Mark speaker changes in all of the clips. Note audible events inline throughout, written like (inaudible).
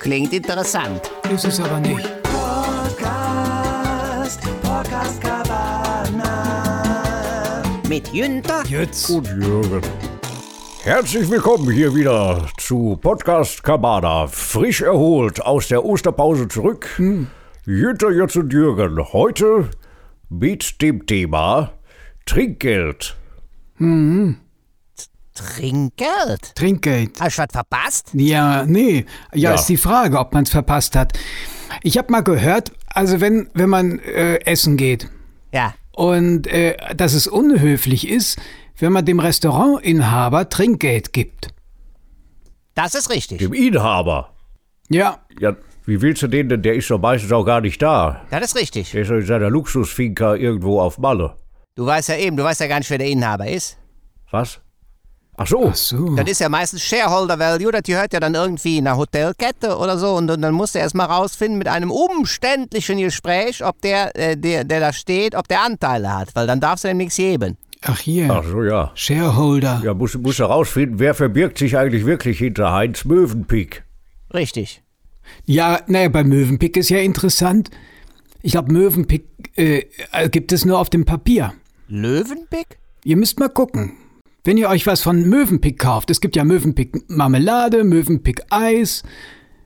Speaker 1: Klingt interessant.
Speaker 2: Ist es aber nicht.
Speaker 3: Podcast, Podcast Cabana.
Speaker 1: Mit Jünter
Speaker 2: Jetzt.
Speaker 4: Und Jürgen. Herzlich willkommen hier wieder zu Podcast Kabada. Frisch erholt aus der Osterpause zurück. Jütter, Jürgen und Jürgen. Heute mit dem Thema Trinkgeld.
Speaker 1: Trinkgeld.
Speaker 2: Trinkgeld.
Speaker 1: Hast du was verpasst?
Speaker 2: Ja, nee. Ja,
Speaker 4: Ja.
Speaker 2: ist die Frage, ob man es verpasst hat. Ich habe mal gehört, also wenn, wenn man äh, essen geht
Speaker 1: Ja.
Speaker 2: und äh, dass es unhöflich ist, wenn man dem Restaurantinhaber Trinkgeld gibt.
Speaker 1: Das ist richtig.
Speaker 4: Dem Inhaber.
Speaker 2: Ja,
Speaker 4: Ja, wie willst du den denn? Der ist doch meistens auch gar nicht da.
Speaker 1: Das ist richtig.
Speaker 4: Der ist doch in seiner Luxusfinca irgendwo auf Malle.
Speaker 1: Du weißt ja eben, du weißt ja gar nicht, wer der Inhaber ist.
Speaker 4: Was? Ach so.
Speaker 2: ach so.
Speaker 1: Das ist ja meistens Shareholder Value, das gehört ja dann irgendwie einer Hotelkette oder so. Und, und dann musst du erst mal rausfinden mit einem umständlichen Gespräch, ob der, äh, der, der da steht, ob der Anteile hat. Weil dann darfst du ihm nichts geben.
Speaker 2: Ach hier,
Speaker 4: Ach so, ja.
Speaker 2: Shareholder.
Speaker 4: Ah. Ja, muss, muss herausfinden, wer verbirgt sich eigentlich wirklich hinter Heinz Möwenpick.
Speaker 1: Richtig.
Speaker 2: Ja, naja, bei Mövenpick ist ja interessant. Ich glaube, Mövenpick äh, äh, gibt es nur auf dem Papier.
Speaker 1: Löwenpick?
Speaker 2: Ihr müsst mal gucken. Wenn ihr euch was von Mövenpick kauft, es gibt ja Mövenpick Marmelade, Mövenpick Eis,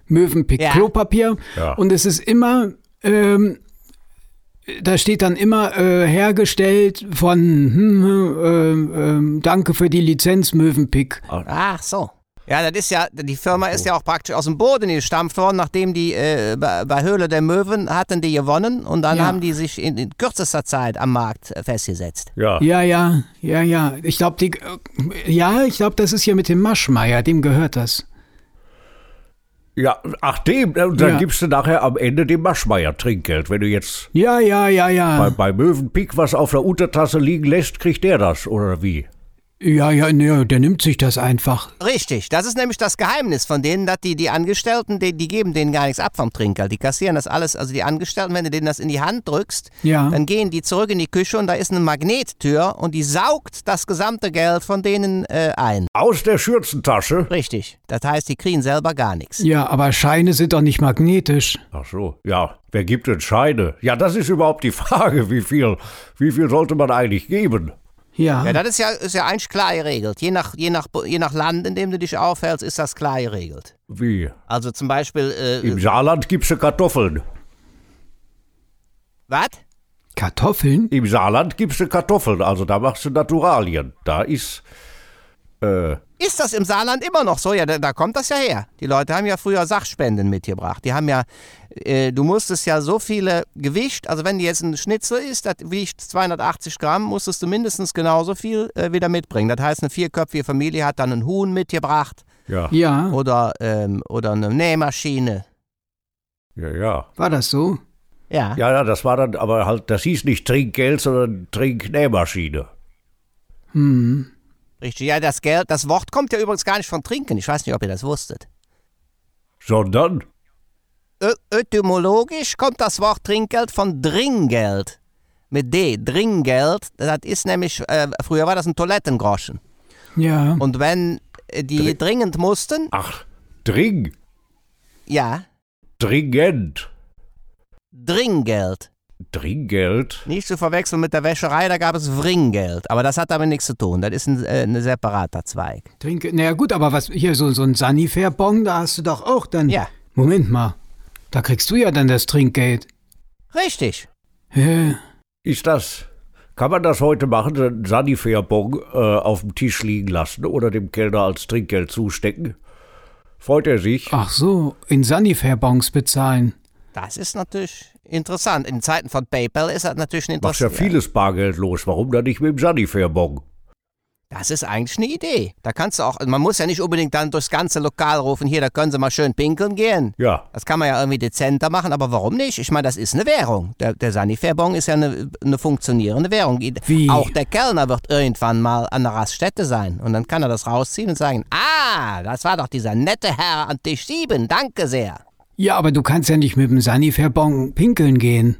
Speaker 2: Mövenpick
Speaker 1: Ja.
Speaker 2: Klopapier
Speaker 4: Ja.
Speaker 2: und es ist immer, ähm, da steht dann immer äh, hergestellt von hm, hm, ähm, ähm, Danke für die Lizenz Mövenpick.
Speaker 1: Ach so. Ja, das ist ja, die Firma ist ja auch praktisch aus dem Boden gestampft worden, nachdem die äh, bei, bei Höhle der Möwen hatten die gewonnen und dann
Speaker 2: Ja.
Speaker 1: haben die sich in, in kürzester Zeit am Markt äh, festgesetzt.
Speaker 4: Ja.
Speaker 2: Ja, ja, ja, ja. Ich glaube, die, äh, ja, ich glaube, das ist hier mit dem Maschmeier, dem gehört das.
Speaker 4: Ja, ach dem, äh, dann
Speaker 2: Ja.
Speaker 4: gibst du nachher am Ende dem Maschmeier Trinkgeld. Wenn du jetzt
Speaker 2: Ja, ja, ja, ja.
Speaker 4: bei, bei Möwenpick was auf der Untertasse liegen lässt, kriegt der das, oder wie?
Speaker 2: Ja, ja, ne, der nimmt sich das einfach.
Speaker 1: Richtig, das ist nämlich das Geheimnis von denen, dass die, die Angestellten, die, die geben denen gar nichts ab vom Trinkgeld. Die kassieren das alles, also die Angestellten, wenn du denen das in die Hand drückst,
Speaker 2: Ja.
Speaker 1: dann gehen die zurück in die Küche und da ist eine Magnettür und die saugt das gesamte Geld von denen äh, ein.
Speaker 4: Aus der Schürzentasche?
Speaker 1: Richtig, das heißt, die kriegen selber gar nichts.
Speaker 2: Ja, aber Scheine sind doch nicht magnetisch.
Speaker 4: Ach so, ja. Wer gibt denn Scheine? Ja, das ist überhaupt die (laughs) Frage, wie viel, wie viel sollte man eigentlich geben?
Speaker 2: Ja.
Speaker 1: Ja, das ist ja, ist ja eigentlich klar geregelt. Je nach, je, nach, je nach Land, in dem du dich aufhältst, ist das klar geregelt.
Speaker 4: Wie?
Speaker 1: Also zum Beispiel, äh,
Speaker 4: Im Saarland gibst du Kartoffeln.
Speaker 1: was?
Speaker 2: Kartoffeln?
Speaker 4: Im Saarland gibst du Kartoffeln, also da machst du Naturalien. Da ist. Äh,
Speaker 1: Ist das im Saarland immer noch so? Ja, da, da kommt das ja her. Die Leute haben ja früher Sachspenden mitgebracht. Die haben ja, äh, du musstest ja so viele Gewicht, also wenn die jetzt ein Schnitzel ist, das wiegt 280 Gramm, musstest du mindestens genauso viel äh, wieder mitbringen. Das heißt, eine vierköpfige Familie hat dann ein Huhn mitgebracht
Speaker 4: ja.
Speaker 2: Ja.
Speaker 1: oder, ähm, oder eine Nähmaschine.
Speaker 4: Ja, ja.
Speaker 2: War das so?
Speaker 1: Ja.
Speaker 4: Ja, ja, das war dann, aber halt, das hieß nicht Trinkgeld, sondern Trinknähmaschine.
Speaker 2: Hm.
Speaker 1: Richtig, ja, das Geld, das Wort kommt ja übrigens gar nicht von Trinken. Ich weiß nicht, ob ihr das wusstet.
Speaker 4: Sondern?
Speaker 1: Ö etymologisch kommt das Wort Trinkgeld von Dringgeld. Mit D, Dringgeld. Das ist nämlich, äh, früher war das ein Toilettengroschen.
Speaker 2: Ja.
Speaker 1: Und wenn äh, die dringend mussten,
Speaker 4: Ach, Dring,
Speaker 1: ja,
Speaker 4: dringend.
Speaker 1: Dringgeld.
Speaker 4: Dringgeld?
Speaker 1: Nicht zu verwechseln mit der Wäscherei, da gab es Wringgeld. Aber das hat damit nichts zu tun. Das ist ein, äh, ein separater Zweig.
Speaker 2: Trinke. Naja, gut, aber was hier so, so ein Sanifair-Bon, da hast du doch auch dann.
Speaker 1: Ja.
Speaker 2: Moment mal. Da kriegst du ja dann das Trinkgeld.
Speaker 1: Richtig.
Speaker 2: Hä?
Speaker 4: Ist das, kann man das heute machen, einen Sanifair-Bon äh, auf dem Tisch liegen lassen oder dem Kellner als Trinkgeld zustecken? Freut er sich?
Speaker 2: Ach so, in Sanifair-Bons bezahlen.
Speaker 1: Das ist natürlich interessant. In Zeiten von PayPal ist das natürlich ein
Speaker 4: Machst ja
Speaker 1: interessanter.
Speaker 4: vieles Bargeld los, warum dann nicht mit dem Sanifair-Bon?
Speaker 1: Das ist eigentlich eine Idee. Da kannst du auch, also man muss ja nicht unbedingt dann durchs ganze Lokal rufen, hier, da können sie mal schön pinkeln gehen.
Speaker 4: Ja,
Speaker 1: Das kann man ja irgendwie dezenter machen, aber warum nicht? Ich meine, das ist eine Währung. Der, der Sanifair-Bon ist ja eine, eine funktionierende Währung.
Speaker 2: Wie?
Speaker 1: Auch der Kellner wird irgendwann mal an der Raststätte sein. Und dann kann er das rausziehen und sagen, ah, das war doch dieser nette Herr an Tisch 7, danke sehr.
Speaker 2: Ja, aber du kannst ja nicht mit dem Sanifair-Bon pinkeln gehen.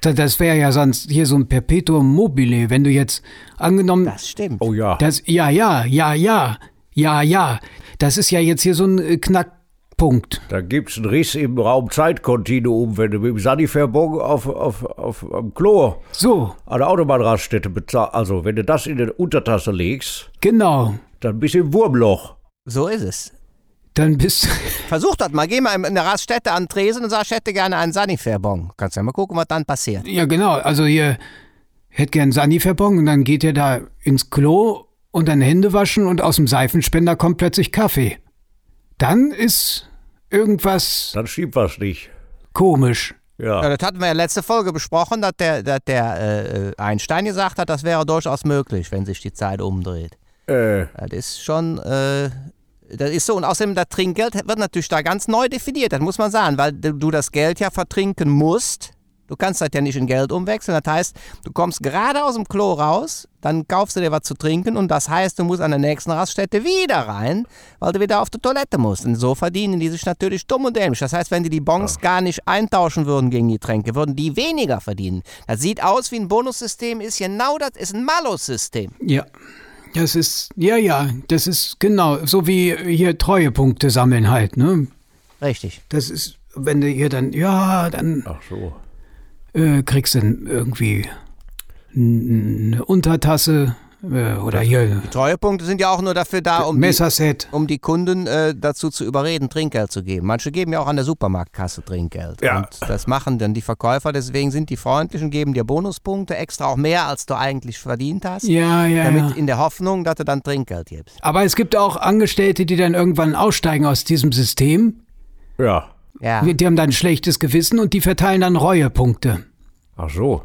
Speaker 2: Da- Das wäre ja sonst hier so ein Perpetuum mobile, wenn du jetzt angenommen.
Speaker 1: Das stimmt.
Speaker 4: oh ja.
Speaker 2: Das, ja, ja, ja, ja, ja, ja. Das ist ja jetzt hier so ein äh, Knack, Punkt.
Speaker 4: Da gibt's einen Riss im Raumzeitkontinuum, wenn du mit dem Sanifairbogen auf, auf, auf, am Klo
Speaker 2: So,
Speaker 4: an der Autobahnraststätte bezahlst. Also, wenn du das in die Untertasse legst,
Speaker 2: genau.
Speaker 4: dann bist du im Wurmloch.
Speaker 1: So ist es.
Speaker 2: Dann bist
Speaker 1: Versuch das mal. Geh mal in eine Raststätte an den Tresen und sag, ich hätte gerne einen Sanifair-Bon. Kannst ja mal gucken, was dann passiert.
Speaker 2: (laughs) Ja, genau. Also hier hätte gern Sani verbongen und dann geht er da ins Klo und dann Hände waschen und aus dem Seifenspender kommt plötzlich Kaffee. Dann ist irgendwas
Speaker 4: Dann schiebt was nicht.
Speaker 2: komisch.
Speaker 4: Ja.
Speaker 1: Ja, das hatten wir ja letzte Folge besprochen, dass der, dass der äh, Einstein gesagt hat, das wäre durchaus möglich, wenn sich die Zeit umdreht.
Speaker 4: Äh,
Speaker 1: Das ist schon, äh, das ist so. Und außerdem, das Trinkgeld wird natürlich da ganz neu definiert, das muss man sagen, weil du du das Geld ja vertrinken musst. Du kannst das ja nicht in Geld umwechseln. Das heißt, du kommst gerade aus dem Klo raus, dann kaufst du dir was zu trinken und das heißt, du musst an der nächsten Raststätte wieder rein, weil du wieder auf die Toilette musst. Und so verdienen die sich natürlich dumm und dämlich. Das heißt, wenn die die Bons gar nicht eintauschen würden gegen die Tränke, würden die weniger verdienen. Das sieht aus wie ein Bonussystem, ist genau das, ist ein Malus-System.
Speaker 2: Ja. Das ist, ja, ja, das ist genau, so wie hier Treuepunkte sammeln halt, ne?
Speaker 1: Richtig.
Speaker 2: Das ist, wenn du hier dann, ja, dann
Speaker 4: ach so.
Speaker 2: äh, kriegst du dann irgendwie n- eine Untertasse äh, oder hier
Speaker 1: Treuepunkte sind ja auch nur dafür da, um, die,
Speaker 2: Messerset.
Speaker 1: um die Kunden äh, dazu zu überreden, Trinkgeld zu geben. Manche geben ja auch an der Supermarktkasse Trinkgeld.
Speaker 4: Ja.
Speaker 1: Und das machen dann die Verkäufer, deswegen sind die freundlich und geben dir Bonuspunkte, extra auch mehr, als du eigentlich verdient hast.
Speaker 2: Ja, ja, ja.
Speaker 1: Damit in der Hoffnung, dass du dann Trinkgeld gibst.
Speaker 2: Aber es gibt auch Angestellte, die dann irgendwann aussteigen aus diesem System.
Speaker 4: Ja.
Speaker 1: Ja.
Speaker 2: Die haben dann ein schlechtes Gewissen und die verteilen dann Reuepunkte.
Speaker 4: Ach so.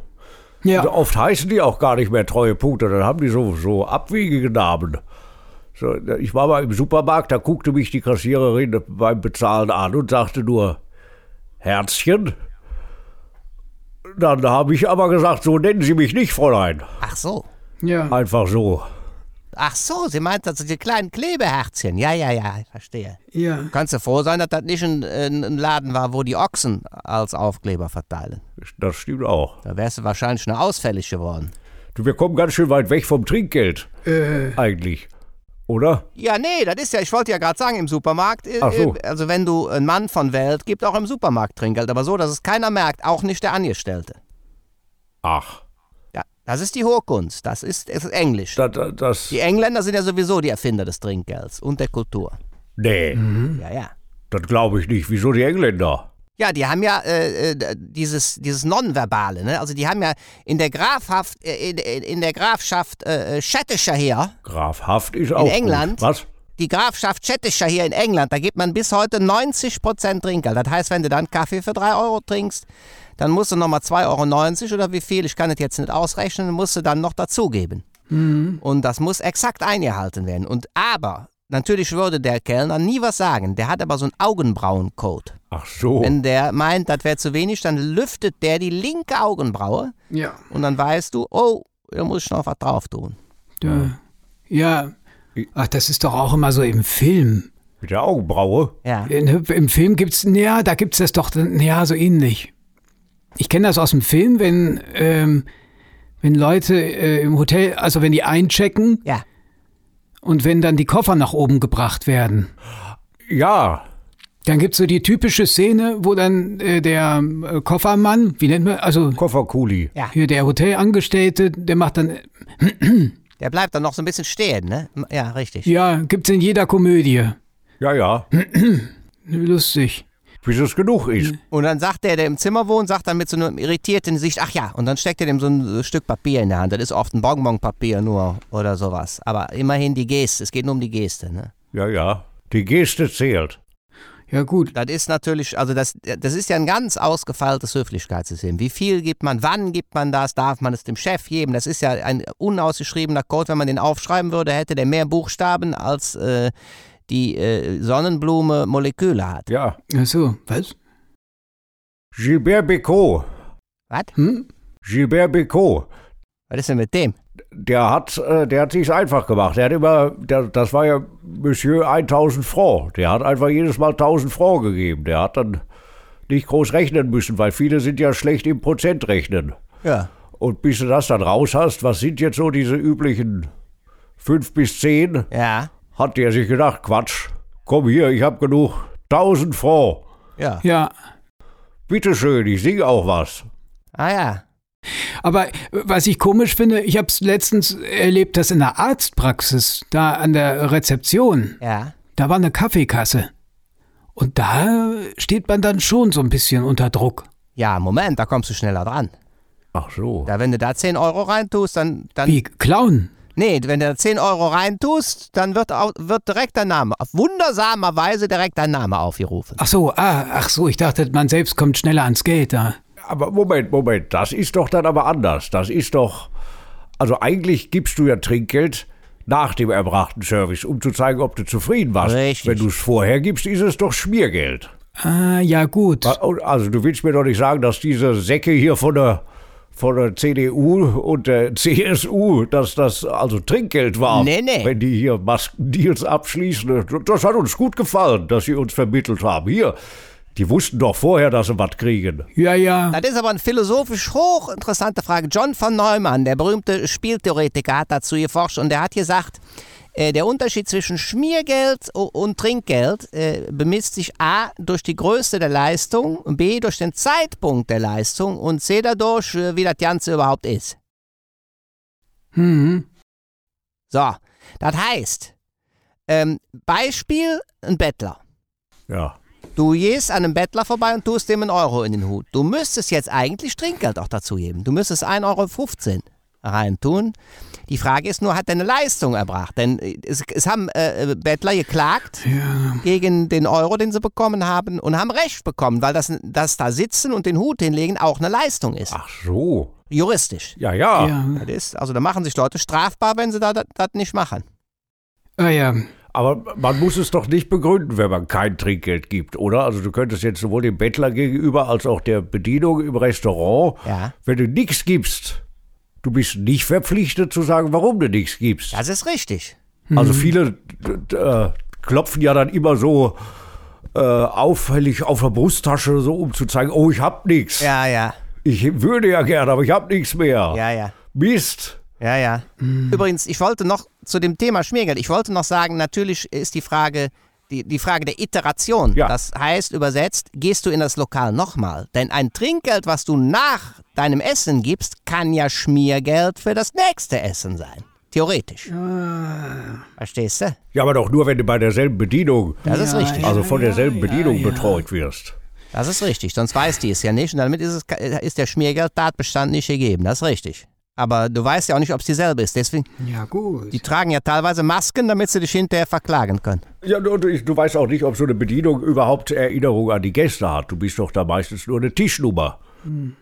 Speaker 4: So
Speaker 2: Ja,
Speaker 4: oft heißen die auch gar nicht mehr treue Punkte, dann haben die so, so abwegige Namen. So, ich war mal im Supermarkt, da guckte mich die Kassiererin beim Bezahlen an und sagte nur Herzchen. Dann habe ich aber gesagt, so nennen Sie mich nicht, Fräulein.
Speaker 1: Ach so.
Speaker 2: ja.
Speaker 4: Einfach so.
Speaker 1: Ach so, sie meint also die kleinen Klebeherzchen. Ja, ja, ja, ich verstehe.
Speaker 2: ja.
Speaker 1: Kannst du froh sein, dass das nicht ein, ein ein Laden war, wo die Ochsen als Aufkleber verteilen.
Speaker 4: Das stimmt auch.
Speaker 1: Da wärst du wahrscheinlich nur ausfällig geworden.
Speaker 4: Du, wir kommen ganz schön weit weg vom Trinkgeld
Speaker 2: Äh,
Speaker 4: eigentlich. Oder?
Speaker 1: Ja, nee, das ist ja, ich wollte ja gerade sagen, im Supermarkt, äh,
Speaker 4: Ach so.
Speaker 1: äh, also wenn du ein Mann von Welt, gibt auch im Supermarkt Trinkgeld, aber so, dass es keiner merkt, auch nicht der Angestellte.
Speaker 4: Ach,
Speaker 1: Ja, das ist die Hochkunst, das ist, es ist Englisch.
Speaker 4: das, das- das
Speaker 1: die Engländer sind ja sowieso die Erfinder des Trinkgelds und der Kultur.
Speaker 4: nee,
Speaker 1: Ja, ja.
Speaker 4: das glaube ich nicht. Wieso die Engländer?
Speaker 1: Ja, die haben ja äh, äh, dieses, dieses Nonverbale, ne? Also die haben ja in der Grafhaft, äh, in, in in der Grafschaft äh, äh, Chattischer hier,
Speaker 4: Graf Haft ist auch
Speaker 1: England?
Speaker 4: Gut. Was?
Speaker 1: die Grafschaft Chattischer hier in England, da gibt man bis heute 90% Trinkgeld. Das heißt, wenn du dann Kaffee für 3 Euro trinkst, dann musst du nochmal 2,90 Euro oder wie viel, ich kann das jetzt nicht ausrechnen, musst du dann noch dazugeben. Und das muss exakt eingehalten werden. Und aber, natürlich würde der Kellner nie was sagen, der hat aber so einen Augenbrauencode.
Speaker 4: Ach so.
Speaker 1: Wenn der meint, das wäre zu wenig, dann lüftet der die linke Augenbraue
Speaker 2: ja.
Speaker 1: und dann weißt du, oh, da muss ich noch was drauf tun.
Speaker 2: Ja. ja. Ach, das ist doch auch immer so im Film.
Speaker 4: Mit der Augenbraue?
Speaker 1: Ja.
Speaker 2: In, Im Film gibt's, ja, da gibt's das doch, ja, so ähnlich. Ich kenne das aus dem Film, wenn, ähm, wenn Leute äh, im Hotel, also wenn die einchecken
Speaker 1: Ja.
Speaker 2: und wenn dann die Koffer nach oben gebracht werden.
Speaker 4: Ja,
Speaker 2: Dann gibt's so die typische Szene, wo dann äh, der äh, Koffermann, wie nennt man, also
Speaker 4: Kofferkuli.
Speaker 1: Ja.
Speaker 2: hier der Hotelangestellte, der macht dann,
Speaker 1: Der bleibt dann noch so ein bisschen stehen, ne? Ja, richtig.
Speaker 2: ja, gibt's in jeder Komödie.
Speaker 4: Ja, ja.
Speaker 2: Lustig.
Speaker 4: Bis es genug ist.
Speaker 1: Und dann sagt der, der im Zimmer wohnt, sagt dann mit so einem irritierten Gesicht, ach ja, und dann steckt er dem so ein Stück Papier in der Hand. Das ist oft ein Bonbonpapier nur oder sowas. Aber immerhin die Geste, es geht nur um die Geste, ne?
Speaker 4: Ja, ja. Die Geste zählt.
Speaker 2: Ja gut,
Speaker 1: Das ist natürlich, also das, das ist ja ein ganz ausgefeiltes Höflichkeitssystem. Wie viel gibt man, wann gibt man das, darf man es dem Chef geben? Das ist ja ein unausgeschriebener Code. Wenn man den aufschreiben würde, hätte der mehr Buchstaben als äh, die äh, Sonnenblume Moleküle hat.
Speaker 4: Ja.
Speaker 2: ach so, was?
Speaker 4: Gilbert Bécaud.
Speaker 1: Was?
Speaker 2: Hm?
Speaker 4: Gilbert Bécaud.
Speaker 1: Was ist denn mit dem?
Speaker 4: Der hat, äh, der hat sich's einfach gemacht. Der hat immer, der, das war ja Monsieur 1000 Francs. Der hat einfach jedes Mal 1000 Francs gegeben. Der hat dann nicht groß rechnen müssen, weil viele sind ja schlecht im Prozentrechnen.
Speaker 1: Ja.
Speaker 4: Und bis du das dann raus hast, was sind jetzt so diese üblichen 5 bis 10,
Speaker 1: Ja.
Speaker 4: hat der sich gedacht, Quatsch, komm hier, ich hab genug, Tausend froh.
Speaker 1: Ja.
Speaker 2: Ja.
Speaker 4: Bitteschön, ich singe auch was.
Speaker 1: Ah ja.
Speaker 2: Aber äh, was ich komisch finde, ich habe es letztens erlebt, dass in der Arztpraxis, da an der Rezeption,
Speaker 1: Ja.
Speaker 2: da war eine Kaffeekasse. Und da steht man dann schon so ein bisschen unter Druck.
Speaker 1: Ja, Moment, da kommst du schneller dran.
Speaker 4: Ach so.
Speaker 1: Da, wenn du da 10 Euro reintust, dann. dann
Speaker 2: Wie klauen?
Speaker 1: Nee, wenn du da 10 Euro reintust, dann wird, au- wird direkt dein Name, auf wundersame Weise direkt dein Name aufgerufen.
Speaker 2: Ach so, ah, ach so, ich dachte, man selbst kommt schneller ans Geld da.
Speaker 4: Aber Moment, Moment, das ist doch dann aber anders. Das ist doch. Also eigentlich gibst du ja Trinkgeld nach dem erbrachten Service, um zu zeigen, ob du zufrieden warst.
Speaker 1: Richtig.
Speaker 4: Wenn du es vorher gibst, ist es doch Schmiergeld.
Speaker 2: Ah, ja gut.
Speaker 4: Also du willst mir doch nicht sagen, dass diese Säcke hier von der von der CDU und der CSU, dass das also Trinkgeld war.
Speaker 1: Nee, nee.
Speaker 4: Wenn die hier Maskendeals abschließen, das hat uns gut gefallen, dass sie uns vermittelt haben. Hier, die wussten doch vorher, dass sie was kriegen.
Speaker 2: Ja, ja.
Speaker 1: Das ist aber eine philosophisch hochinteressante Frage. John von Neumann, der berühmte Spieltheoretiker, hat dazu geforscht und der hat gesagt, äh, der Unterschied zwischen Schmiergeld o- und Trinkgeld äh, bemisst sich A durch die Größe der Leistung, und B durch den Zeitpunkt der Leistung und C dadurch, äh, wie das Ganze überhaupt ist.
Speaker 2: Mhm.
Speaker 1: So, das heißt, ähm, Beispiel, ein Bettler.
Speaker 4: Ja.
Speaker 1: Du gehst an einem Bettler vorbei und tust dem einen Euro in den Hut. Du müsstest jetzt eigentlich Trinkgeld auch dazu geben. Du müsstest 1,15 Euro reintun. Die Frage ist nur, hat er eine Leistung erbracht? Denn es, es haben äh, Bettler geklagt gegen den Euro, den sie bekommen haben und haben Recht bekommen, weil das, das da sitzen und den Hut hinlegen auch eine Leistung ist.
Speaker 4: Ach so.
Speaker 1: Juristisch.
Speaker 4: Ja, ja.
Speaker 2: Ja.
Speaker 1: Das ist, also da machen sich Leute strafbar, wenn sie da- da- das nicht machen.
Speaker 2: Ah, ja.
Speaker 4: Aber man muss es doch nicht begründen, wenn man kein Trinkgeld gibt, oder? Also du könntest jetzt sowohl dem Bettler gegenüber als auch der Bedienung im Restaurant,
Speaker 1: Ja.
Speaker 4: wenn du nichts gibst, du bist nicht verpflichtet zu sagen, warum du nichts gibst.
Speaker 1: Das ist richtig.
Speaker 2: Mhm.
Speaker 4: Also viele d- d- äh, klopfen ja dann immer so äh, auffällig auf der Brusttasche, so um zu zeigen, oh, ich hab nichts.
Speaker 1: Ja, ja.
Speaker 4: Ich würde ja gerne, aber ich hab nichts mehr.
Speaker 1: Ja, ja.
Speaker 4: Mist.
Speaker 1: Ja, ja.
Speaker 2: Mm.
Speaker 1: Übrigens, ich wollte noch zu dem Thema Schmiergeld, ich wollte noch sagen, natürlich ist die Frage, die, die Frage der Iteration.
Speaker 4: Ja.
Speaker 1: Das heißt, übersetzt, gehst du in das Lokal nochmal? Denn ein Trinkgeld, was du nach deinem Essen gibst, kann ja Schmiergeld für das nächste Essen sein. Theoretisch.
Speaker 2: Ah.
Speaker 1: Verstehst du?
Speaker 4: Ja, aber doch nur, wenn du bei derselben Bedienung,
Speaker 1: Das ist
Speaker 2: Ja,
Speaker 1: richtig.
Speaker 4: also von derselben
Speaker 2: ja,
Speaker 4: Bedienung
Speaker 2: ja.
Speaker 4: betreut wirst.
Speaker 1: Das ist richtig, sonst weiß die es ja nicht und damit ist, es, ist der Schmiergeld-Tatbestand nicht gegeben. Das ist richtig. Aber du weißt ja auch nicht, ob es dieselbe ist. Deswegen,
Speaker 2: Ja, gut.
Speaker 1: die tragen ja teilweise Masken, damit sie dich hinterher verklagen können.
Speaker 4: Ja, und ich- du weißt auch nicht, ob so eine Bedienung überhaupt Erinnerung an die Gäste hat. Du bist doch da meistens nur eine Tischnummer.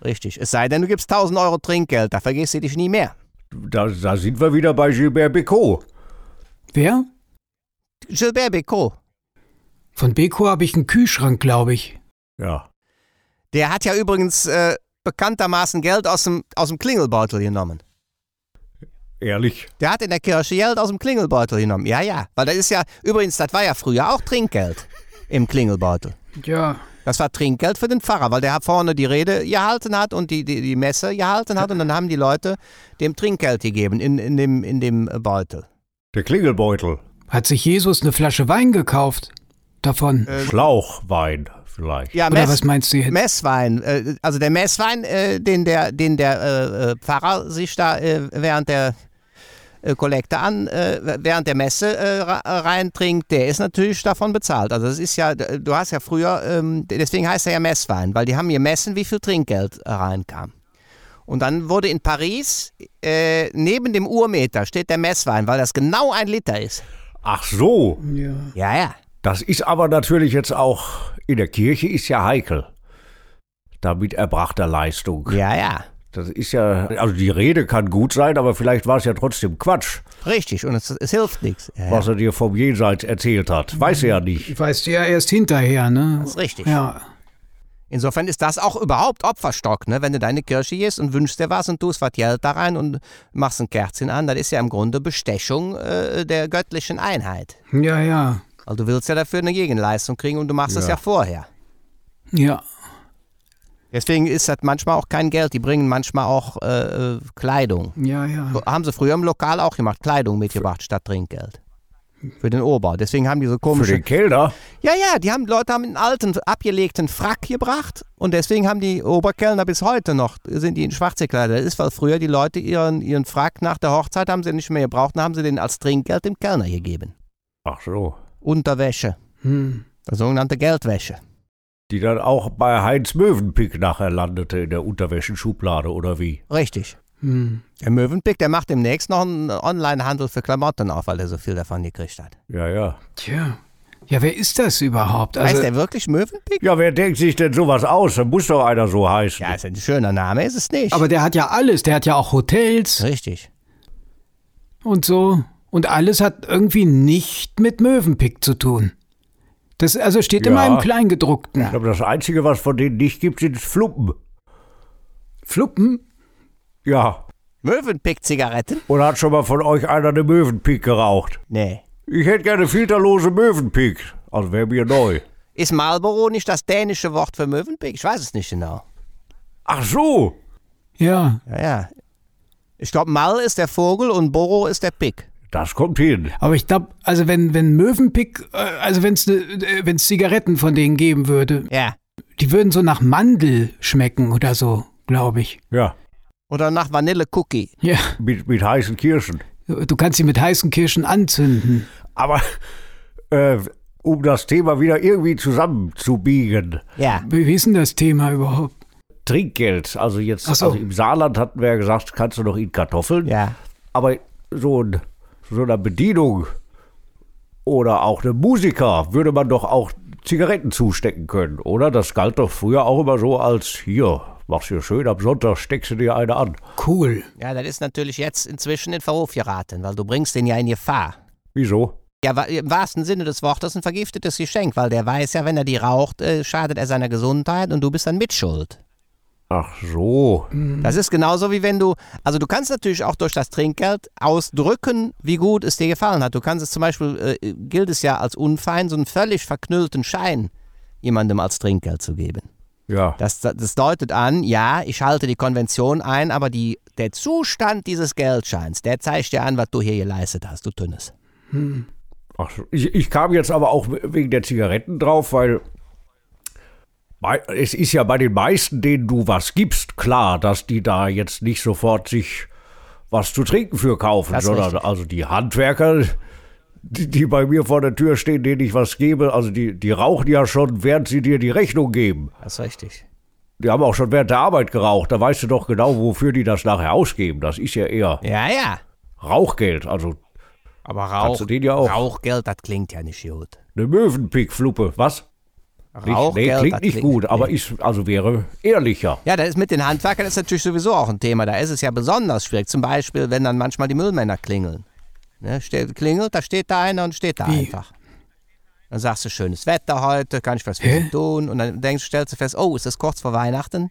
Speaker 1: Richtig. Es sei denn, du gibst 1000 Euro Trinkgeld, da vergisst du dich nie mehr.
Speaker 4: Da, da sind wir wieder bei Gilbert Bécaud.
Speaker 2: Wer?
Speaker 1: Gilbert Bécaud,
Speaker 2: Von Beko habe ich einen Kühlschrank, glaube ich.
Speaker 4: Ja.
Speaker 1: der hat ja übrigens äh, bekanntermaßen Geld aus dem, aus dem Klingelbeutel genommen.
Speaker 4: Ehrlich.
Speaker 1: Der hat in der Kirche Geld aus dem Klingelbeutel genommen. Ja, ja. Weil das ist ja, übrigens, das war ja früher auch Trinkgeld im Klingelbeutel.
Speaker 2: Ja.
Speaker 1: Das war Trinkgeld für den Pfarrer, weil der hat vorne die Rede gehalten hat und die, die, die Messe gehalten hat und dann haben die Leute dem Trinkgeld gegeben in, in, dem, in dem äh, Beutel.
Speaker 4: Der Klingelbeutel.
Speaker 2: Hat sich Jesus eine Flasche Wein gekauft? Davon.
Speaker 1: Äh.
Speaker 4: Schlauchwein vielleicht.
Speaker 1: Ja,
Speaker 2: Oder
Speaker 1: Mess-
Speaker 2: was meinst du jetzt?
Speaker 1: Messwein, äh, also der Messwein, äh, den der, den der äh, äh, Pfarrer sich da äh, während der äh, Kollekte an, äh, während der Messe äh, ra- reintrinkt, der ist natürlich davon bezahlt. Also das ist ja, du hast ja früher, ähm, deswegen heißt er ja Messwein, weil die haben gemessen, wie viel Trinkgeld reinkam. Und dann wurde in Paris äh, neben dem Urmeter steht der Messwein, weil das genau ein Liter ist.
Speaker 4: Ach so.
Speaker 2: ja.
Speaker 1: Ja, ja.
Speaker 4: Das ist aber natürlich jetzt auch in der Kirche ist ja heikel. Damit erbrachter Leistung.
Speaker 1: Ja, ja.
Speaker 4: Das ist ja, also die Rede kann gut sein, aber vielleicht war es ja trotzdem Quatsch,
Speaker 1: Richtig. Und es, es hilft nichts. Ja, ja.
Speaker 4: was er dir vom Jenseits erzählt hat. Weiß er ja nicht.
Speaker 2: Ich weiß ja erst hinterher, ne?
Speaker 1: Das ist richtig.
Speaker 2: Ja.
Speaker 1: Insofern ist das auch überhaupt Opferstock, ne? wenn du deine Kirche gehst und wünschst dir was und tust was Geld da rein und machst ein Kerzchen an, das ist ja im Grunde Bestechung äh, der göttlichen Einheit.
Speaker 2: Ja, ja.
Speaker 1: Weil du willst ja dafür eine Gegenleistung kriegen und du machst das ja vorher.
Speaker 2: Ja.
Speaker 1: Deswegen ist das manchmal auch kein Geld, die bringen manchmal auch äh, äh, Kleidung.
Speaker 2: Ja, ja.
Speaker 1: Haben sie früher im Lokal auch gemacht, Kleidung mitgebracht statt Trinkgeld. Für den Ober. Deswegen haben die so
Speaker 4: Für
Speaker 1: komische.
Speaker 4: den Kellner.
Speaker 1: Ja, ja, die haben Leute haben einen alten, abgelegten Frack gebracht und deswegen haben die Oberkellner bis heute noch, sind die in schwarz gekleidet. Das ist, weil früher die Leute ihren, ihren Frack nach der Hochzeit haben sie nicht mehr gebraucht, dann haben sie den als Trinkgeld dem Kellner gegeben.
Speaker 4: Ach so.
Speaker 1: Unterwäsche,
Speaker 2: Hm.
Speaker 1: sogenannte Geldwäsche.
Speaker 4: Die dann auch bei Heinz Möwenpick nachher landete in der Unterwäschenschublade oder wie?
Speaker 1: Richtig.
Speaker 2: Hm.
Speaker 1: Der Möwenpick, der macht demnächst noch einen Online-Handel für Klamotten auf, weil er so viel davon gekriegt hat.
Speaker 4: Ja, ja.
Speaker 2: Tja. Ja, wer ist das überhaupt?
Speaker 1: heißt
Speaker 2: Also,
Speaker 1: der wirklich Möwenpick?
Speaker 4: Ja, wer denkt sich denn sowas aus? Da muss doch einer so heißen.
Speaker 1: Ja, ist ein schöner Name, ist es nicht.
Speaker 2: aber der hat ja alles. Der hat ja auch Hotels
Speaker 1: Richtig.
Speaker 2: und so. Und alles hat irgendwie nicht mit Möwenpick zu tun. Das also steht
Speaker 4: Ja.
Speaker 2: immer im Kleingedruckten.
Speaker 4: Ich glaube, das Einzige, was von denen nicht gibt, sind Fluppen.
Speaker 2: Fluppen?
Speaker 4: Ja.
Speaker 1: Möwenpick-Zigaretten?
Speaker 4: Und hat schon mal von euch einer eine Möwenpick geraucht?
Speaker 1: Nee.
Speaker 4: Ich hätte gerne filterlose Möwenpick. Also wäre mir neu.
Speaker 1: Ist Marlboro nicht das dänische Wort für Möwenpick? Ich weiß es nicht genau.
Speaker 4: Ach so.
Speaker 2: Ja.
Speaker 1: Ja, ja. Ich glaube, Mal ist der Vogel und Boro ist der Pick.
Speaker 4: Das kommt hin.
Speaker 2: Aber ich glaube, also wenn, wenn Möwenpick, äh, also wenn es Zigaretten von denen geben würde,
Speaker 1: Ja.
Speaker 2: die würden so nach Mandel schmecken oder so, glaube ich.
Speaker 4: Ja.
Speaker 1: Oder nach Vanille-Cookie.
Speaker 2: Ja.
Speaker 4: Mit, mit heißen Kirschen.
Speaker 2: Du kannst sie mit heißen Kirschen anzünden.
Speaker 4: Aber äh, um das Thema wieder irgendwie zusammenzubiegen.
Speaker 1: Ja.
Speaker 2: Wie wie ist denn das Thema überhaupt?
Speaker 4: Trinkgeld, also jetzt
Speaker 2: Ach so.
Speaker 4: also im Saarland hatten wir ja gesagt, kannst du noch in Kartoffeln.
Speaker 1: Ja.
Speaker 4: Aber so, ein, so einer Bedienung oder auch einem Musiker würde man doch auch Zigaretten zustecken können, oder? Das galt doch früher auch immer so als hier, mach's dir schön, am Sonntag steckst du dir eine an.
Speaker 2: Cool.
Speaker 1: Ja, das ist natürlich jetzt inzwischen in Verruf geraten, weil du bringst den ja in Gefahr.
Speaker 4: Wieso?
Speaker 1: Ja, wa- im wahrsten Sinne des Wortes ein vergiftetes Geschenk, weil der weiß ja, wenn er die raucht, äh, schadet er seiner Gesundheit und du bist dann mitschuld.
Speaker 4: Ach so.
Speaker 2: Hm.
Speaker 1: Das ist genauso wie wenn du, also du kannst natürlich auch durch das Trinkgeld ausdrücken, wie gut es dir gefallen hat. Du kannst es zum Beispiel, äh, gilt es ja als unfein, so einen völlig verknüllten Schein jemandem als Trinkgeld zu geben.
Speaker 4: Ja.
Speaker 1: Das, das deutet an, ja, ich halte die Konvention ein, aber die, der Zustand dieses Geldscheins, der zeigt dir an, was du hier geleistet hast, du Tünnes.
Speaker 4: Ach, so. ich, ich kam jetzt aber auch wegen der Zigaretten drauf, weil bei- es ist ja bei den meisten, denen du was gibst, klar, dass die da jetzt nicht sofort sich was zu trinken für kaufen,
Speaker 1: Das ist
Speaker 4: sondern
Speaker 1: richtig.
Speaker 4: also die Handwerker, die, die bei mir vor der Tür stehen, denen ich was gebe, also die, die rauchen ja schon, während sie dir die Rechnung geben.
Speaker 1: Das ist richtig.
Speaker 4: Die haben auch schon während der Arbeit geraucht, da weißt du doch genau, wofür die das nachher ausgeben. Das ist ja eher
Speaker 1: Ja, ja.
Speaker 4: Rauchgeld, also
Speaker 1: Aber
Speaker 4: Kannst du den ja auch.
Speaker 1: Rauchgeld, das klingt ja nicht gut.
Speaker 4: eine Möwenpick-Fluppe, was? Nicht, nee,
Speaker 1: das
Speaker 4: klingt nicht gut, aber ist, also wäre
Speaker 2: Genau.
Speaker 4: ehrlicher.
Speaker 1: Ja, das ist mit den Handwerkern ist natürlich sowieso auch ein Thema. Da ist es ja besonders schwierig. Zum Beispiel, wenn dann manchmal die Müllmänner klingeln. Ne, ste- klingelt, da steht da einer und steht da
Speaker 2: Wie?
Speaker 1: einfach. Dann sagst du, schönes Wetter heute, kann ich was für
Speaker 2: Hä?
Speaker 1: Sie tun? Und dann denkst, stellst du fest, oh, ist das kurz vor Weihnachten?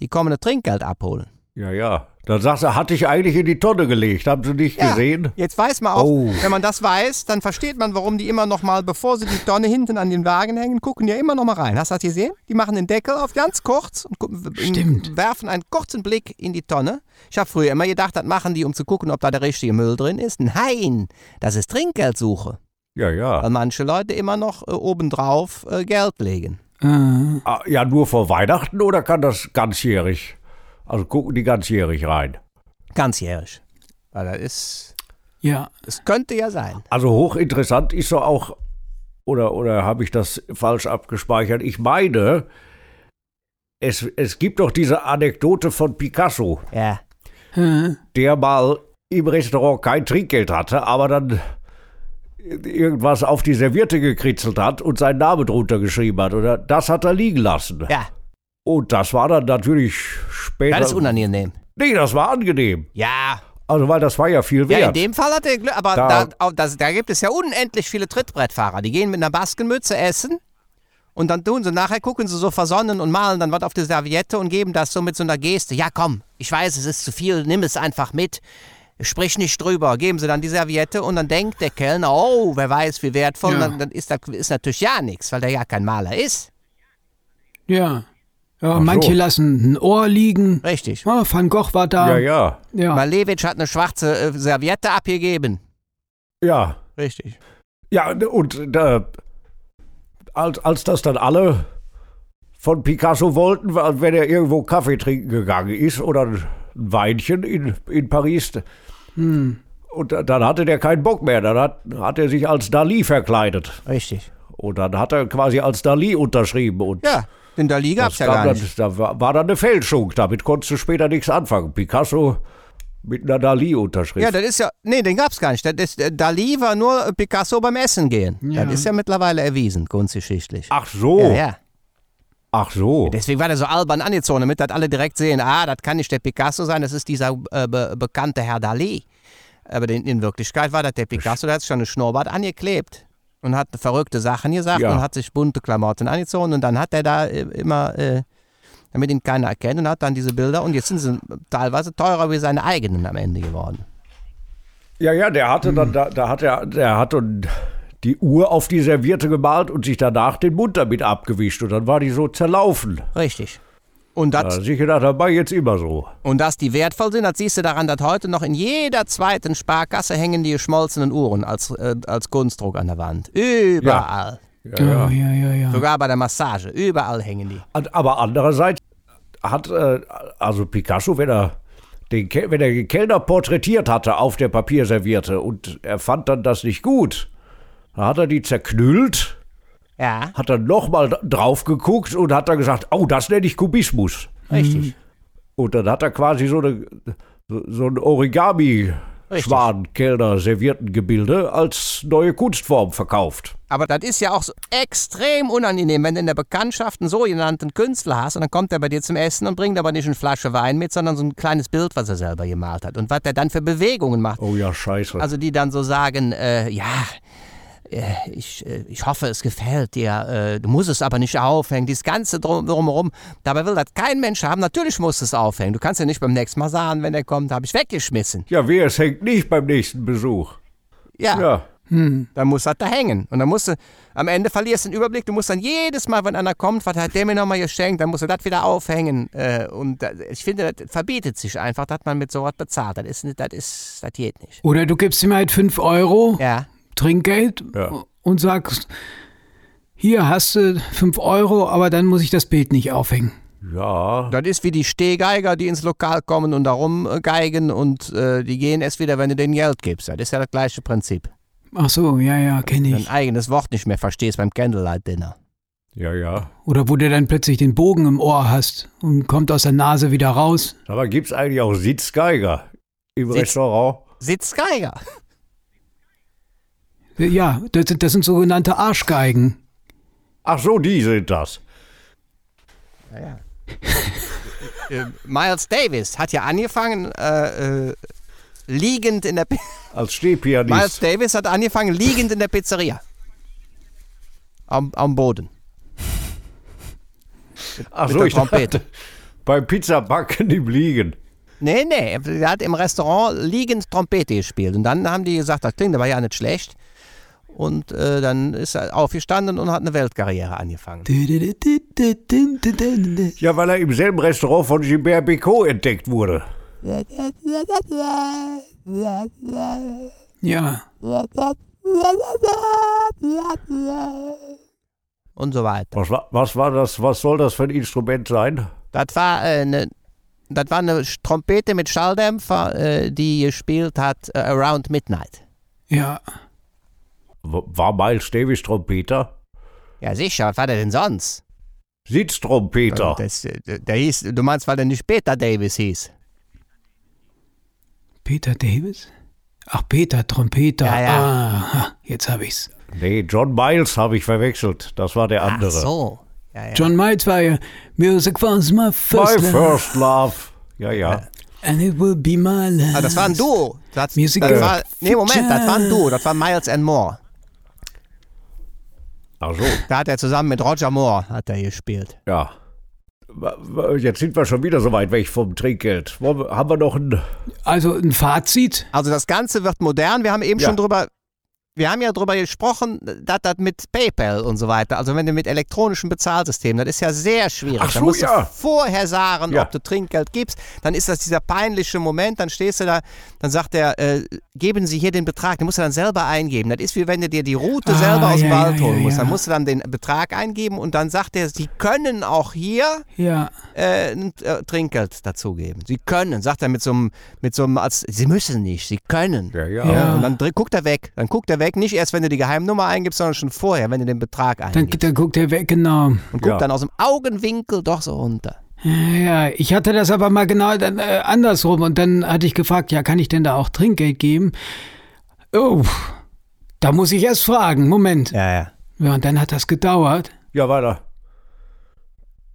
Speaker 1: Die kommen das Trinkgeld abholen.
Speaker 4: Ja, ja. Dann sagst du, hatte ich eigentlich in die Tonne gelegt, haben sie nicht gesehen?
Speaker 1: Jetzt weiß man auch,
Speaker 4: Oh.
Speaker 1: wenn man das weiß, dann versteht man, warum die immer noch mal, bevor sie die Tonne hinten an den Wagen hängen, gucken ja immer noch mal rein. Hast du das gesehen? Die machen den Deckel auf ganz kurz und gu- w-
Speaker 2: Stimmt.
Speaker 1: werfen einen kurzen Blick in die Tonne. Ich habe früher immer gedacht, das machen die, um zu gucken, ob da der richtige Müll drin ist. Nein, das ist Trinkgeldsuche,
Speaker 4: Ja, ja.
Speaker 1: weil manche Leute immer noch äh, obendrauf äh, Geld legen.
Speaker 2: Äh,
Speaker 4: Ah, Ja, nur vor Weihnachten oder kann das ganzjährig? Also gucken die ganzjährig rein.
Speaker 1: Ganzjährig. Weil das ist,
Speaker 2: ja.
Speaker 1: es könnte ja sein.
Speaker 4: Also hochinteressant ist so auch, oder, oder habe ich das falsch abgespeichert? Ich meine, es, es gibt doch diese Anekdote von Picasso.
Speaker 1: Ja.
Speaker 2: Äh,
Speaker 4: der mal im Restaurant kein Trinkgeld hatte, aber dann irgendwas auf die Serviette gekritzelt hat und seinen Namen drunter geschrieben hat. Oder das hat er liegen lassen.
Speaker 1: Ja,
Speaker 4: Und das war dann natürlich später.
Speaker 1: das ist unangenehm.
Speaker 4: nee, das war angenehm.
Speaker 1: Ja,
Speaker 4: Also, weil das war ja viel
Speaker 1: Ja, in
Speaker 4: wert.
Speaker 1: dem Fall hat er Glück, aber da,
Speaker 4: Da-
Speaker 1: au- das, da gibt es ja unendlich viele Trittbrettfahrer. Die gehen mit einer Baskenmütze essen und dann tun sie, nachher gucken sie so versonnen und malen dann was auf die Serviette und geben das so mit so einer Geste. Ja, komm, ich weiß, es ist zu viel, nimm es einfach mit. Sprich nicht drüber, geben sie dann die Serviette und dann denkt der Kellner, oh, wer weiß, wie wertvoll. Und
Speaker 2: Ja.
Speaker 1: Dann, dann ist, das, ist natürlich ja nichts, weil der ja kein Maler ist.
Speaker 2: ja. Ja,
Speaker 4: so.
Speaker 2: manche lassen ein Ohr liegen.
Speaker 1: Richtig.
Speaker 2: Ah, Van Gogh war da.
Speaker 4: ja, ja.
Speaker 2: Ja.
Speaker 1: Malevich hat eine schwarze äh, Serviette abgegeben.
Speaker 4: Ja.
Speaker 1: Richtig.
Speaker 4: Ja, und da, als, als das dann alle von Picasso wollten, wenn er irgendwo Kaffee trinken gegangen ist oder ein Weinchen in, in Paris. Und da- dann hatte der keinen Bock mehr. Dann hat, hat er sich als Dali verkleidet.
Speaker 1: Richtig.
Speaker 4: Und dann hat er quasi als Dali unterschrieben. Und
Speaker 1: Ja, den Dali gab es
Speaker 4: das
Speaker 1: ja
Speaker 4: kam
Speaker 1: gar
Speaker 4: dann,
Speaker 1: nicht.
Speaker 4: Da war, war dann eine Fälschung. Damit konntest du später nichts anfangen. Picasso mit einer Dali-Unterschrift.
Speaker 1: Ja, das ist ja. Nee, den gab's gar nicht. Das ist, äh, Dali war nur Picasso beim Essen gehen. Das ist ja mittlerweile erwiesen, kunstgeschichtlich.
Speaker 4: Ach so.
Speaker 1: Ja, ja.
Speaker 4: Ach so.
Speaker 1: Deswegen war der so albern angezogen, damit das alle direkt sehen, ah, das kann nicht der Picasso sein, das ist dieser äh, be bekannte Herr Dalí. Aber in, in Wirklichkeit war das der Picasso, der hat sich schon einen Schnurrbart angeklebt und hat verrückte Sachen gesagt
Speaker 4: Ja.
Speaker 1: und hat sich bunte Klamotten angezogen und dann hat er da äh, immer, äh, damit ihn keiner erkennt und hat dann diese Bilder und jetzt sind sie teilweise teurer wie seine eigenen am Ende geworden.
Speaker 4: Ja, ja, der hatte dann, da, da hat er, der hat dann die Uhr auf die Serviette gemalt und sich danach den Mund damit abgewischt und dann war die so zerlaufen.
Speaker 1: Richtig. Und
Speaker 4: Da
Speaker 1: das,
Speaker 4: hat sich gedacht, das war jetzt immer so.
Speaker 1: und dass die wertvoll sind, das siehst du daran, dass heute noch in jeder zweiten Sparkasse hängen die geschmolzenen Uhren als, äh, als Kunstdruck an der Wand. Überall.
Speaker 2: Ja, ja, ja, ja.
Speaker 1: Sogar bei der Massage. Überall hängen die.
Speaker 4: An- Aber andererseits hat, äh, also Picasso, wenn er den, Ke- wenn er den Kellner porträtiert hatte auf der Papierserviette und er fand dann das nicht gut, dann hat er die zerknüllt,
Speaker 1: Ja,
Speaker 4: hat dann nochmal drauf geguckt und hat dann gesagt, oh, das nenne ich Kubismus.
Speaker 1: richtig.
Speaker 4: Und dann hat er quasi so, eine, so- so ein Origami-Schwan-Kellner-Serviertengebilde als neue Kunstform verkauft.
Speaker 1: Aber das ist ja auch so extrem unangenehm, wenn du in der Bekanntschaft einen sogenannten Künstler hast und dann kommt er bei dir zum Essen und bringt aber nicht eine Flasche Wein mit, sondern so ein kleines Bild, was er selber gemalt hat. Und was er dann für Bewegungen macht.
Speaker 4: Oh ja, scheiße.
Speaker 1: Also die dann so sagen, äh, ja, äh, ich, äh, ich hoffe, es gefällt dir, äh, du musst es aber nicht aufhängen, dieses Ganze drum- drumherum. Dabei will das kein Mensch haben, natürlich musst du es aufhängen. Du kannst ja nicht beim nächsten Mal sagen, wenn er kommt, habe ich weggeschmissen.
Speaker 4: ja, wer es hängt nicht beim nächsten Besuch.
Speaker 1: Ja,
Speaker 4: Ja.
Speaker 1: dann muss das da hängen. Und dann musst du, am Ende verlierst du den Überblick, du musst dann jedes Mal, wenn einer kommt, was hat der mir nochmal geschenkt, dann musst du das wieder aufhängen. Äh, und da, ich finde, das verbietet sich einfach, dass man mit sowas bezahlt. Das ist, nicht- das ist, das geht nicht.
Speaker 2: Oder du gibst ihm halt 5 Euro
Speaker 1: Ja,
Speaker 2: Trinkgeld
Speaker 4: Ja.
Speaker 2: und sagst, hier hast du 5 Euro, aber dann muss ich das Bild nicht aufhängen.
Speaker 4: Ja.
Speaker 1: Das ist wie die Stehgeiger, die ins Lokal kommen und da rumgeigen und äh, die gehen erst wieder, wenn du denen Geld gibst. Das ist ja das gleiche Prinzip.
Speaker 2: Ach so, ja, ja, kenne
Speaker 1: Dein
Speaker 2: ich.
Speaker 1: eigenes Wort nicht mehr verstehst beim Candlelight Dinner.
Speaker 4: Ja, ja.
Speaker 2: Oder wo du dann plötzlich den Bogen im Ohr hast und kommt aus der Nase wieder raus.
Speaker 4: Aber gibt es eigentlich auch Sitzgeiger im
Speaker 1: Sitz-
Speaker 4: Restaurant?
Speaker 1: Sitzgeiger.
Speaker 2: Ja, das sind, das sind sogenannte Arschgeigen.
Speaker 4: Ach so, die sind das.
Speaker 1: Äh, Miles Davis hat ja angefangen, äh, äh, liegend in der Pi-
Speaker 4: Als
Speaker 1: Miles
Speaker 4: Stehpianist.
Speaker 1: Davis hat angefangen, liegend in der Pizzeria. Am, am Boden.
Speaker 4: Ach
Speaker 1: Mit
Speaker 4: so,
Speaker 1: der
Speaker 4: ich dachte,
Speaker 1: Trompete.
Speaker 4: (laughs) beim Pizzabacken im Liegen.
Speaker 1: Nee, nee, er hat im Restaurant liegend Trompete gespielt. Und dann haben die gesagt, das klingt aber ja nicht schlecht. Und äh, dann ist er aufgestanden und hat eine Weltkarriere angefangen.
Speaker 4: Ja, weil er im selben Restaurant von Gilbert Bécaud entdeckt wurde.
Speaker 2: Ja,
Speaker 1: Und so weiter.
Speaker 4: Was war, was war das? Was soll das für ein Instrument sein?
Speaker 1: Das war äh, eine. Das war eine Sch- Trompete mit Schalldämpfer, äh, die gespielt hat äh, Around Midnight.
Speaker 2: ja.
Speaker 4: W- War Miles Davis Trompeter?
Speaker 1: Ja, sicher, was war der denn sonst?
Speaker 4: Sitztrompeter.
Speaker 1: Das, äh, der hieß, du meinst, weil der nicht Peter Davis hieß?
Speaker 2: Peter Davis? Ach, Peter, Trompeter.
Speaker 1: Ja, ja.
Speaker 2: Aha, jetzt habe ich's.
Speaker 4: Nee, John Miles habe ich verwechselt. Das war der andere.
Speaker 1: Ach so. Ja, ja.
Speaker 2: John Miles war ja Music was my first
Speaker 4: My
Speaker 2: love,
Speaker 4: first love. Ja, ja.
Speaker 2: and it will be my last.
Speaker 1: Ah, das war ein Duo. Das, das
Speaker 2: Musical.
Speaker 1: war, nee, Moment, das war ein Duo. Das war Miles and Moore.
Speaker 4: Ach so,
Speaker 1: Da hat er zusammen mit Roger Moore hat er gespielt.
Speaker 4: ja. W- w- Jetzt sind wir schon wieder so weit weg vom Trinkgeld. Wollen wir- Haben wir noch ein.
Speaker 2: Also ein Fazit?
Speaker 1: Also das Ganze wird modern. Wir haben eben
Speaker 4: Ja.
Speaker 1: schon drüber Wir haben ja darüber gesprochen, dass das mit PayPal und so weiter, also wenn du mit elektronischen Bezahlsystemen, das ist ja sehr schwierig.
Speaker 4: Ach so,
Speaker 1: da musst
Speaker 4: ja.
Speaker 1: du vorher sagen,
Speaker 4: Ja.
Speaker 1: ob du Trinkgeld gibst. Dann ist das dieser peinliche Moment, dann stehst du da, dann sagt er, äh, geben Sie hier den Betrag, den musst du dann selber eingeben. Das ist wie wenn du dir die Route
Speaker 2: Ah,
Speaker 1: selber aus dem
Speaker 2: ja,
Speaker 1: Wald
Speaker 2: ja,
Speaker 1: holen
Speaker 2: ja,
Speaker 1: musst. Dann
Speaker 2: ja.
Speaker 1: musst du dann den Betrag eingeben und dann sagt er, Sie können auch hier
Speaker 2: Ja.
Speaker 1: äh, ein äh, Trinkgeld dazugeben. Sie können, sagt er mit so einem, mit so einem, als, Sie müssen nicht, Sie können.
Speaker 4: Ja, ja.
Speaker 2: Ja.
Speaker 1: Und dann dr- guckt er weg. Dann guckt er weg, nicht erst, wenn du die Geheimnummer eingibst, sondern schon vorher, wenn du den Betrag
Speaker 2: Dann,
Speaker 1: eingibst.
Speaker 2: dann guckt er weg, genau.
Speaker 1: Und guckt
Speaker 4: Ja.
Speaker 1: dann aus dem Augenwinkel doch so runter.
Speaker 2: Ja, ich hatte das aber mal genau dann, äh, andersrum und dann hatte ich gefragt, ja, kann ich denn da auch Trinkgeld geben? Oh, da muss ich erst fragen. Moment. Ja,
Speaker 1: Ja, ja.
Speaker 2: und dann hat das gedauert.
Speaker 4: Ja, weiter.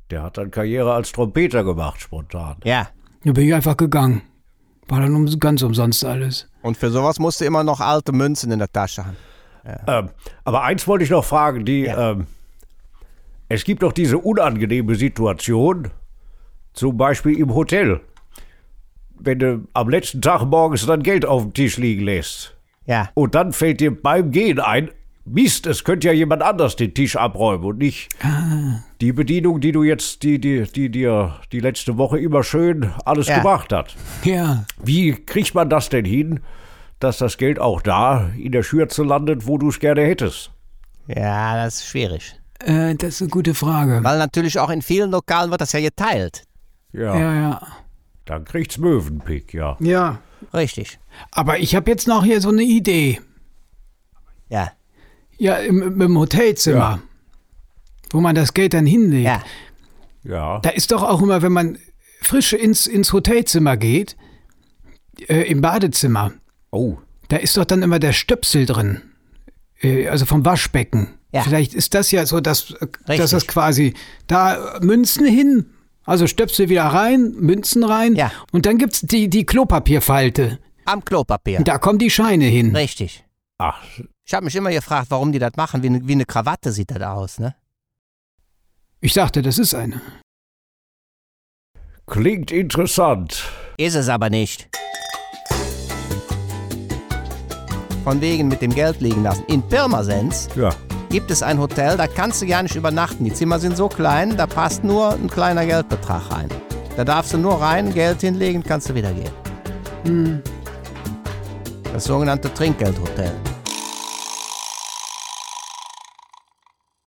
Speaker 4: Der hat dann Karriere als Trompeter gemacht, spontan.
Speaker 1: Ja.
Speaker 2: Dann bin ich einfach gegangen. War dann um, ganz umsonst alles.
Speaker 1: Und für sowas musst du immer noch alte Münzen in der Tasche haben.
Speaker 4: Ähm, aber eins wollte ich noch fragen, die,
Speaker 1: Ja.
Speaker 4: ähm, es gibt doch diese unangenehme Situation, zum Beispiel im Hotel, wenn du am letzten Tag morgens dann Geld auf dem Tisch liegen lässt.
Speaker 1: Ja.
Speaker 4: Und dann fällt dir beim Gehen ein, Mist, es könnte ja jemand anders den Tisch abräumen und nicht die Bedienung, die du jetzt, die dir die, dir die letzte Woche immer schön alles
Speaker 1: Ja.
Speaker 4: gemacht hat.
Speaker 2: Ja.
Speaker 4: Wie kriegt man das denn hin, dass das Geld auch da in der Schürze landet, wo du es gerne hättest?
Speaker 1: Ja, das ist schwierig.
Speaker 2: Äh, das ist eine gute Frage.
Speaker 1: Weil natürlich auch in vielen Lokalen wird das ja geteilt.
Speaker 4: Ja,
Speaker 2: Ja, ja.
Speaker 4: dann kriegt's Möwenpick, ja.
Speaker 2: Ja.
Speaker 1: Richtig.
Speaker 2: Aber ich habe jetzt noch hier so eine Idee.
Speaker 1: Ja.
Speaker 2: Ja, im, im im Hotelzimmer.
Speaker 4: Ja.
Speaker 2: Wo man das Geld dann hinlegt.
Speaker 1: Ja.
Speaker 4: Ja,
Speaker 2: Da ist doch auch immer, wenn man frisch ins, ins Hotelzimmer geht, äh, im Badezimmer,
Speaker 4: oh,
Speaker 2: da ist doch dann immer der Stöpsel drin. Äh, also vom Waschbecken.
Speaker 1: Ja.
Speaker 2: Vielleicht ist das ja so, dass, äh, dass
Speaker 1: Richtig.
Speaker 2: das quasi da äh, Münzen hin, also Stöpsel wieder rein, Münzen rein.
Speaker 1: Ja.
Speaker 2: Und dann gibt's die, die Klopapierfalte.
Speaker 1: Am Klopapier.
Speaker 2: Da kommen die Scheine hin.
Speaker 1: Richtig.
Speaker 4: ach,
Speaker 1: Ich habe mich immer gefragt, warum die das machen. Wie, ne- wie eine Krawatte sieht das aus, ne?
Speaker 2: Ich dachte, das ist eine.
Speaker 4: klingt interessant.
Speaker 1: Ist es aber nicht. Von wegen mit dem Geld liegen lassen. In Pirmasens
Speaker 4: Ja,
Speaker 1: gibt es ein Hotel, da kannst du gar nicht übernachten. Die Zimmer sind so klein, da passt nur ein kleiner Geldbetrag rein. Da darfst du nur rein, Geld hinlegen, kannst du wieder gehen. Das sogenannte Trinkgeldhotel.